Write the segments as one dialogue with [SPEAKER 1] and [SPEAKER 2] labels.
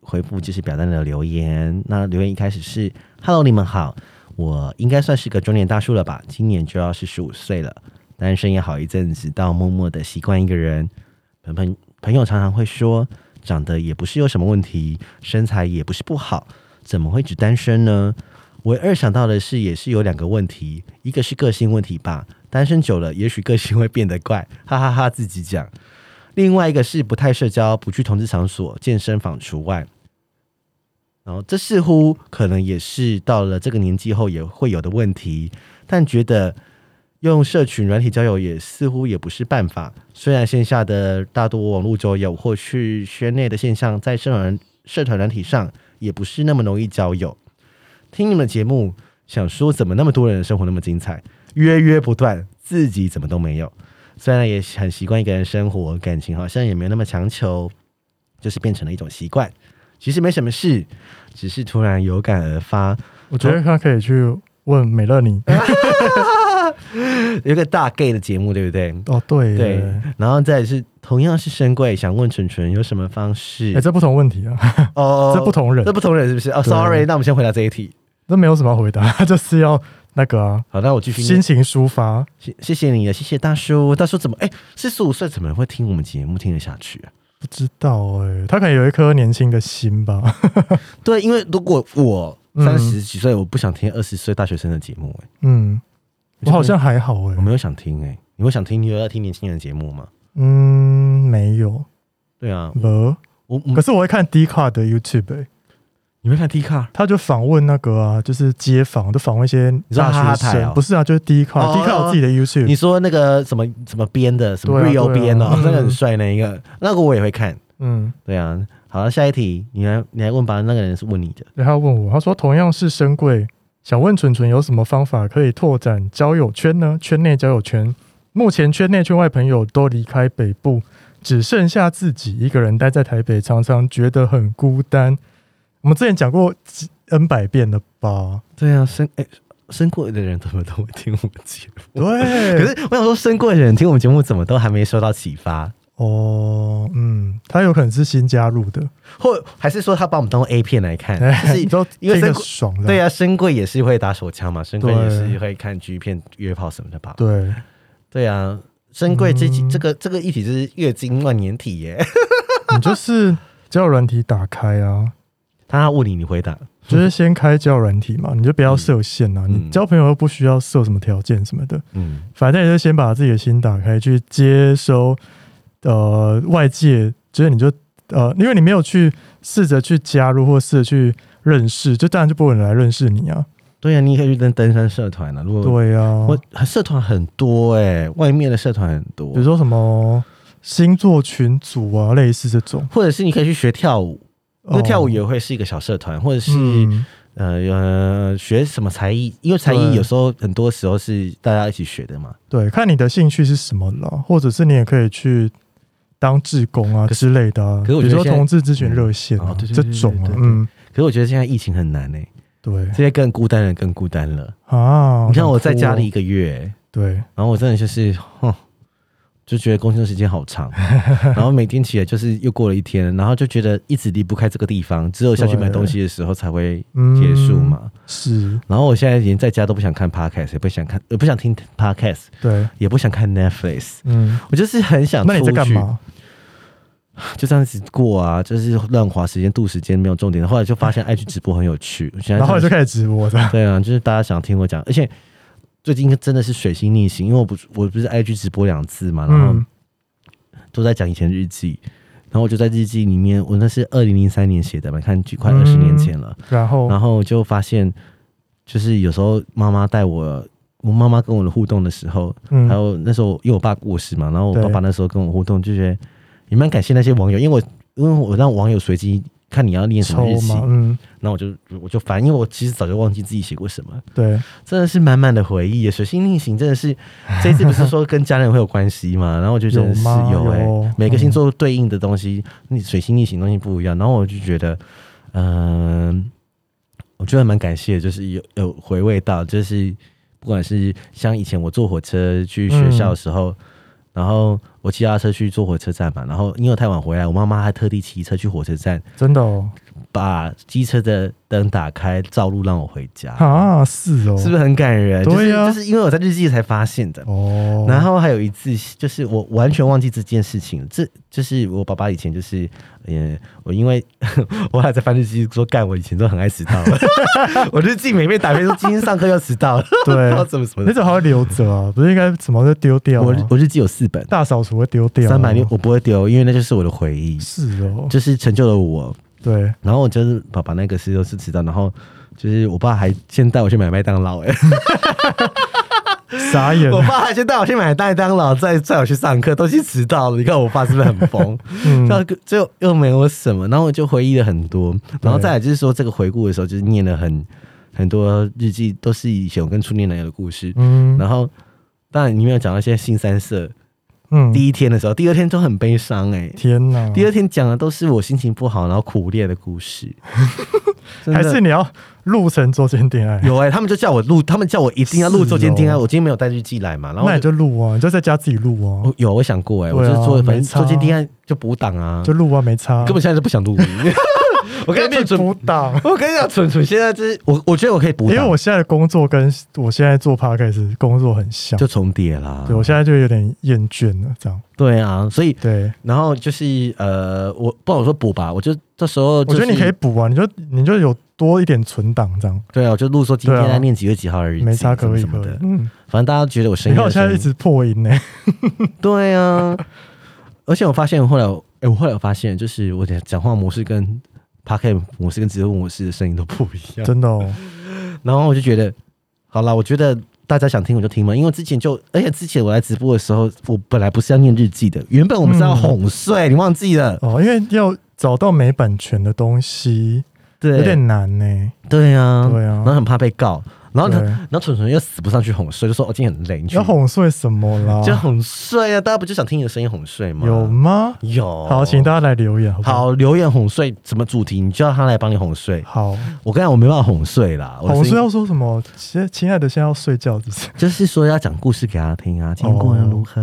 [SPEAKER 1] 回复就是表单的留言。那留言一开始是 “Hello 你们好，我应该算是个中年大叔了吧，今年就要是十五岁了，单身也好一阵子，到默默的习惯一个人。朋朋朋友常常会说，长得也不是有什么问题，身材也不是不好，怎么会只单身呢？唯二想到的是，也是有两个问题，一个是个性问题吧，单身久了也许个性会变得怪，哈哈哈自己讲。另外一个是不太社交，不去同志场所、健身房除外。然后这似乎可能也是到了这个年纪后也会有的问题，但觉得用社群软体交友也似乎也不是办法。虽然线下的大多网络交友或去圈内的现象，在社团社团软体上也不是那么容易交友。听你们的节目，想说怎么那么多人的生活那么精彩，约约不断，自己怎么都没有。虽然也很习惯一个人生活，感情好像也没有那么强求，就是变成了一种习惯。其实没什么事，只是突然有感而发，
[SPEAKER 2] 我觉得他可以去问美乐 你。
[SPEAKER 1] 有一个大 gay 的节目，对不对？
[SPEAKER 2] 哦，对耶
[SPEAKER 1] 对，然后再来是同样是深贵，想问纯纯有什么方式？
[SPEAKER 2] 哎，这不同问题啊，
[SPEAKER 1] 哦
[SPEAKER 2] 这不同人
[SPEAKER 1] 这，不同人是不是？哦
[SPEAKER 2] 对
[SPEAKER 1] ，sorry，那我们先回答这一题。
[SPEAKER 2] 这没有什么好回答， 就是要那个啊，
[SPEAKER 1] 好，那我继续念
[SPEAKER 2] 心。情抒发。
[SPEAKER 1] 谢谢谢你了，谢谢大叔。大叔怎么？哎，四十五岁怎么会听我们节目听得下去啊？
[SPEAKER 2] 不知道哎、他可能有一颗年轻的心吧。
[SPEAKER 1] 对，因为如果我
[SPEAKER 2] 嗯
[SPEAKER 1] 三十几岁，我不想听二十岁大学生的节目、哎，
[SPEAKER 2] 嗯，我好像还好哎、
[SPEAKER 1] 我没有想听、哎，你会想听？你有要听年轻人的节目吗？
[SPEAKER 2] 嗯，没有
[SPEAKER 1] 对啊，
[SPEAKER 2] 了。
[SPEAKER 1] 我我
[SPEAKER 2] 可是我会看 D 卡的 YouTube，、欸、
[SPEAKER 1] 你会看 D 卡？
[SPEAKER 2] 他就访问那个啊，就是街访，就访问一些
[SPEAKER 1] 你说
[SPEAKER 2] 大学生，
[SPEAKER 1] 哈哈台哦
[SPEAKER 2] 不是啊，就是 D 卡、
[SPEAKER 1] 哦
[SPEAKER 2] d 卡有自己的
[SPEAKER 1] 你
[SPEAKER 2] YouTube，
[SPEAKER 1] 说那个什么什么编的，什么
[SPEAKER 2] 对啊
[SPEAKER 1] real
[SPEAKER 2] 对啊
[SPEAKER 1] 编的、哦
[SPEAKER 2] 嗯
[SPEAKER 1] 那个很帅那一个，那个我也会看。
[SPEAKER 2] 嗯，
[SPEAKER 1] 对啊，好了，下一题，你来你来问吧，那个人是问你的。
[SPEAKER 2] 然后他问我，他说同样是深柜，想问纯纯有什么方法可以拓展交友圈呢？圈内交友圈，目前圈内圈外朋友都离开北部，只剩下自己一个人待在台北，常常觉得很孤单。我们之前讲过几 N 百遍了吧？
[SPEAKER 1] 对啊，生哎、生过的人怎么都会听我们节目？
[SPEAKER 2] 对，
[SPEAKER 1] 可是我想说，生过的人听我们节目怎么都还没受到启发，
[SPEAKER 2] 哦，嗯，他有可能是新加入的，
[SPEAKER 1] 或还是说他把我们当做 A 片来 看？ 就是
[SPEAKER 2] 都
[SPEAKER 1] 因
[SPEAKER 2] 听
[SPEAKER 1] 为生
[SPEAKER 2] 得
[SPEAKER 1] 过
[SPEAKER 2] 爽的，
[SPEAKER 1] 对啊，深贵也是会打手枪嘛，深贵
[SPEAKER 2] 对
[SPEAKER 1] 也是会看 G 片、约炮什么的吧？
[SPEAKER 2] 对，
[SPEAKER 1] 对啊，深贵这集、
[SPEAKER 2] 嗯
[SPEAKER 1] 这个这个议题就是月经万年体耶。
[SPEAKER 2] 你就是交友软体打开 啊，
[SPEAKER 1] 他问你，你回答。
[SPEAKER 2] 就是先开交友软体嘛，你就不要设限啊，
[SPEAKER 1] 嗯
[SPEAKER 2] 你交朋友又不需要设什么条件什么的，
[SPEAKER 1] 嗯，
[SPEAKER 2] 反正你就先把自己的心打开，去接收呃外界，就是你就呃，因为你没有去试着去加入或试着去认识，就当然就不会有人来认识你啊，
[SPEAKER 1] 对啊，你也可以去登登山社团啊。如果
[SPEAKER 2] 对啊，
[SPEAKER 1] 我社团很多哎、外面的社团很多，
[SPEAKER 2] 比如说什么星座群组啊，类似这种，
[SPEAKER 1] 或者是你可以去学跳舞，因为
[SPEAKER 2] 哦
[SPEAKER 1] 跳舞也会是一个小社团，或者是、
[SPEAKER 2] 嗯
[SPEAKER 1] 呃有呃学什么才艺，因为才艺
[SPEAKER 2] 对
[SPEAKER 1] 有时候很多时候是大家一起学的嘛。
[SPEAKER 2] 对，看你的兴趣是什么了，或者是你也可以去当志工啊之类的、啊，
[SPEAKER 1] 可是我
[SPEAKER 2] 比如
[SPEAKER 1] 觉得
[SPEAKER 2] 说
[SPEAKER 1] 现在
[SPEAKER 2] 同志咨询热线
[SPEAKER 1] 嗯
[SPEAKER 2] 啊、
[SPEAKER 1] 哦对对
[SPEAKER 2] 这
[SPEAKER 1] 对对
[SPEAKER 2] 种啊
[SPEAKER 1] 对，对
[SPEAKER 2] 嗯，
[SPEAKER 1] 可是我觉得现在疫情很难哎、
[SPEAKER 2] 对
[SPEAKER 1] 这些更孤单的人更孤单了。
[SPEAKER 2] 啊，
[SPEAKER 1] 你看我
[SPEAKER 2] 很
[SPEAKER 1] 在
[SPEAKER 2] 酷
[SPEAKER 1] 家里
[SPEAKER 2] 哦，
[SPEAKER 1] 一个月、
[SPEAKER 2] 对，
[SPEAKER 1] 然后我真的就是，哼，就觉得工作时间好 长，然后每天起来就是又过了一天，然后就觉得一直离不开这个地方，只有下去买东西的时候才会
[SPEAKER 2] 嗯
[SPEAKER 1] 结束嘛。
[SPEAKER 2] 是，
[SPEAKER 1] 然后我现在连在家都不想看 podcast，也不想看，也不想听 podcast，
[SPEAKER 2] 对，
[SPEAKER 1] 也不想看 Netflix，
[SPEAKER 2] 嗯，
[SPEAKER 1] 我就是很想出
[SPEAKER 2] 那
[SPEAKER 1] 去，
[SPEAKER 2] 你在干嘛？
[SPEAKER 1] 就这样子过啊，就是乱花时间、度时间，没有重点。后来就发 现 IG 直播很有趣，我现在
[SPEAKER 2] 然后你
[SPEAKER 1] 真的是
[SPEAKER 2] 就开始直播的，
[SPEAKER 1] 对啊，就是大家想听我讲，而且最近真的是水星逆行，因为我不我不是 IG 直播两次嘛，然后
[SPEAKER 2] 嗯，
[SPEAKER 1] 都在讲以前日记，然后我就在日记里面，我那是二零零三年写的嘛，你看就快二十年前了，
[SPEAKER 2] 嗯然后
[SPEAKER 1] 然后就发现，就是有时候妈妈带我。我妈妈跟我的互动的时候，
[SPEAKER 2] 嗯
[SPEAKER 1] 还，有那时候因为我爸过世嘛，然后我
[SPEAKER 2] 对
[SPEAKER 1] 哎爸爸那时候跟我互动，就觉得也蛮感谢那些网友，因为我因为我让网友随机看你要念什么
[SPEAKER 2] 抽
[SPEAKER 1] 日期，
[SPEAKER 2] 嘛，嗯，
[SPEAKER 1] 那我就我就反，因为我其实早就忘记自己写过什么，
[SPEAKER 2] 对，
[SPEAKER 1] 真的是满满的回忆耶。水星逆行真的是，这一次不是说跟家人会有 关系嘛？然后我就觉得是
[SPEAKER 2] 吗？
[SPEAKER 1] 有哎、
[SPEAKER 2] 有
[SPEAKER 1] 每个星
[SPEAKER 2] 座
[SPEAKER 1] 座对应的东西，你水星逆行的东西不一样。然后我就觉得，嗯、我觉得蛮感谢，就是有有回味到，就是不管是像以前我坐火车去学校的时候，然后我骑他车去坐火车站嘛，然后因为我太晚回来，我妈妈还特地骑车去火车站，
[SPEAKER 2] 真的哦，
[SPEAKER 1] 把机车的灯打开，照路让我回家，
[SPEAKER 2] 啊，是哦，
[SPEAKER 1] 是不是很感人？
[SPEAKER 2] 对啊
[SPEAKER 1] 就是，就是因为我在日记才发现的。
[SPEAKER 2] 哦，
[SPEAKER 1] 然后还有一次，就是我完全忘记这件事情。这就是我爸爸以前就是，嗯，我因为 我还在翻日记说，干我以前都很爱 迟到了，我日记每遍打开说今天上课又迟到了，
[SPEAKER 2] 对
[SPEAKER 1] 然后怎么什么
[SPEAKER 2] 那
[SPEAKER 1] 的。
[SPEAKER 2] 种还会留着啊，不是应该怎么都丢掉啊吗？
[SPEAKER 1] 我我日记有啊四本，
[SPEAKER 2] 大扫除会丢掉啊，
[SPEAKER 1] 三百六我不会丢，因为那就是我的回忆，
[SPEAKER 2] 是哦，
[SPEAKER 1] 就是成就了我。
[SPEAKER 2] 对，
[SPEAKER 1] 然后我就是爸爸那个事都是迟到，然后就是我爸还先带我去买麦当 劳、欸，
[SPEAKER 2] 傻眼
[SPEAKER 1] 我，爸还先带我去买麦当劳，再载我去上课，都去迟到了。你看我爸是不是很疯？
[SPEAKER 2] 嗯，
[SPEAKER 1] 那个就又没有什么，然后我就回忆了很多，然后再来就是说这个回顾的时候，就是念了很很多日记，都是以前我跟初恋男友的故事。
[SPEAKER 2] 嗯
[SPEAKER 1] 然后当然你没有讲到现在新三色
[SPEAKER 2] 嗯，
[SPEAKER 1] 第一天的时候，第二天都很悲伤哎、
[SPEAKER 2] 天啊哪，
[SPEAKER 1] 第二天讲的都是我心情不好，然后苦恋的 故事，真的
[SPEAKER 2] 还是你要路程做间恋爱，
[SPEAKER 1] 有哎、他们就叫我录，他们叫我一定要录
[SPEAKER 2] 是
[SPEAKER 1] 周间恋爱，
[SPEAKER 2] 哦
[SPEAKER 1] 我今天没有带日记来嘛，然后
[SPEAKER 2] 那
[SPEAKER 1] 我
[SPEAKER 2] 你
[SPEAKER 1] 就
[SPEAKER 2] 就录啊，你就在家自己录啊，
[SPEAKER 1] 我有我想过哎、我
[SPEAKER 2] 对
[SPEAKER 1] 就
[SPEAKER 2] 啊
[SPEAKER 1] 做反正
[SPEAKER 2] 没差
[SPEAKER 1] 周间恋爱就补档啊，
[SPEAKER 2] 就 录啊，没差，
[SPEAKER 1] 根本现在就不 想录音。我跟你
[SPEAKER 2] 根
[SPEAKER 1] 准
[SPEAKER 2] 本不档。
[SPEAKER 1] 我跟你讲，蠢蠢现在就是我，我觉得我可以补
[SPEAKER 2] 因
[SPEAKER 1] 档，
[SPEAKER 2] 为我现在的工作跟我现在做 podcast 工作很像，
[SPEAKER 1] 就重叠啦
[SPEAKER 2] 对。我现在就有点厌倦了，这样。
[SPEAKER 1] 对啊，所以
[SPEAKER 2] 对，
[SPEAKER 1] 然后就是呃，我不好说补吧，我就这时候、
[SPEAKER 2] 我
[SPEAKER 1] 就是，
[SPEAKER 2] 觉得你可以补啊，你就你就有多一点存档这样，
[SPEAKER 1] 对啊，我就录说今天
[SPEAKER 2] 对啊
[SPEAKER 1] 在念几月几号的日子，
[SPEAKER 2] 没差可以
[SPEAKER 1] 什么
[SPEAKER 2] 可
[SPEAKER 1] 什
[SPEAKER 2] 以
[SPEAKER 1] 么。的，
[SPEAKER 2] 嗯，
[SPEAKER 1] 反正大家觉得我声
[SPEAKER 2] 你
[SPEAKER 1] 音
[SPEAKER 2] 看我现在
[SPEAKER 1] 有
[SPEAKER 2] 一
[SPEAKER 1] 声音
[SPEAKER 2] 直破音呢，
[SPEAKER 1] 对啊， 而且我发现后来我，哎、我后来我发现就是我的讲话模式跟 p o c a s t 模式跟直播模式的声音都不一样，
[SPEAKER 2] 真的哦，
[SPEAKER 1] 然后我就觉得，好啦，我觉得。大家想听我就听嘛，因为之前就，而且之前我来直播的时候，我本来不是要念日记的，原本我们是要
[SPEAKER 2] 嗯
[SPEAKER 1] 哄睡，你忘记了？
[SPEAKER 2] 哦，因为要找到没版权的东西
[SPEAKER 1] 对，
[SPEAKER 2] 有点难呢，
[SPEAKER 1] 对啊，
[SPEAKER 2] 对啊
[SPEAKER 1] 然后很怕被告，然后他，
[SPEAKER 2] 对
[SPEAKER 1] 然后蠢蠢又死不上去哄睡，就说我、哦、今天很累，你去
[SPEAKER 2] 要哄睡什么啦？
[SPEAKER 1] 就哄睡啊，大家不就想听你的声音哄睡吗？
[SPEAKER 2] 有吗？
[SPEAKER 1] 有，
[SPEAKER 2] 好，请大家来留言，好不好？
[SPEAKER 1] 好留言哄睡什么主题，你叫他来帮你哄睡。
[SPEAKER 2] 好，
[SPEAKER 1] 我跟你讲，我没办法哄睡啦，我的
[SPEAKER 2] 好，我
[SPEAKER 1] 声音
[SPEAKER 2] 是要说什么？亲亲爱的，现在要睡觉，是不是？
[SPEAKER 1] 就是说要讲故事给他听啊，今天过得如何？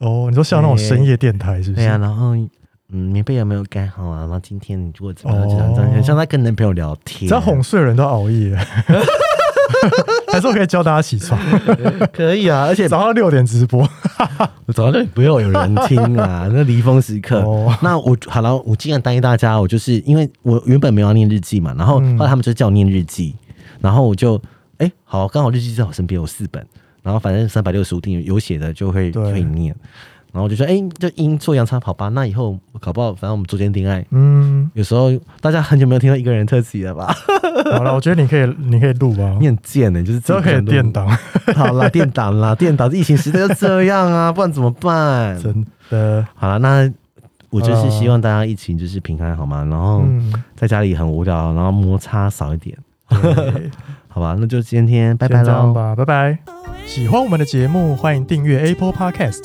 [SPEAKER 2] 哦，你说像那种
[SPEAKER 1] 对
[SPEAKER 2] 深夜电台，是不
[SPEAKER 1] 对啊，
[SPEAKER 2] 是？
[SPEAKER 1] 然后。嗯，棉被有没有盖好啊？然后今天你如果怎么样，
[SPEAKER 2] 哦
[SPEAKER 1] 就像这样，像在跟男朋友聊天，
[SPEAKER 2] 只要 哄睡的人都熬夜，还是我可以教大家起床，
[SPEAKER 1] 可以啊。而且
[SPEAKER 2] 早上六点直播。
[SPEAKER 1] 早上就不要有人听啦，那离峰时刻。
[SPEAKER 2] 哦
[SPEAKER 1] 那我好了，我既然答应大家，我就是因为我原本没有要念日记嘛，然后
[SPEAKER 2] 嗯
[SPEAKER 1] 后来他们就叫我念日记，然后我就哎、好，刚好日记在我身边有四本，然后反正三百六十五天有写的就会
[SPEAKER 2] 对
[SPEAKER 1] 会念，然后我就说哎、就阴错阳差，好吧，那以后搞不好反正我们昨天恋爱。
[SPEAKER 2] 嗯，
[SPEAKER 1] 有时候大家很久没有听到一个人特辑了吧？
[SPEAKER 2] 好了，我觉得你可以，你可以录啊，
[SPEAKER 1] 你很贱呢、欸就是
[SPEAKER 2] 只
[SPEAKER 1] 这
[SPEAKER 2] 要可以垫档，
[SPEAKER 1] 好啦，电档啦，电档，疫情时代就这样啊，不然怎么办？
[SPEAKER 2] 真的。
[SPEAKER 1] 好了，那我就是希望大家疫情就是平安，好吗？然后
[SPEAKER 2] 嗯，
[SPEAKER 1] 在家里很无聊，然后摩擦少一点，
[SPEAKER 2] 对
[SPEAKER 1] 好吧？那就今天拜拜
[SPEAKER 2] 先这样
[SPEAKER 1] 喽。
[SPEAKER 2] 吧，拜拜。喜欢我们的节目，欢迎订阅 Apple Podcast，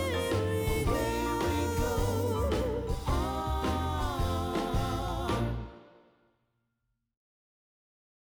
[SPEAKER 1] 拜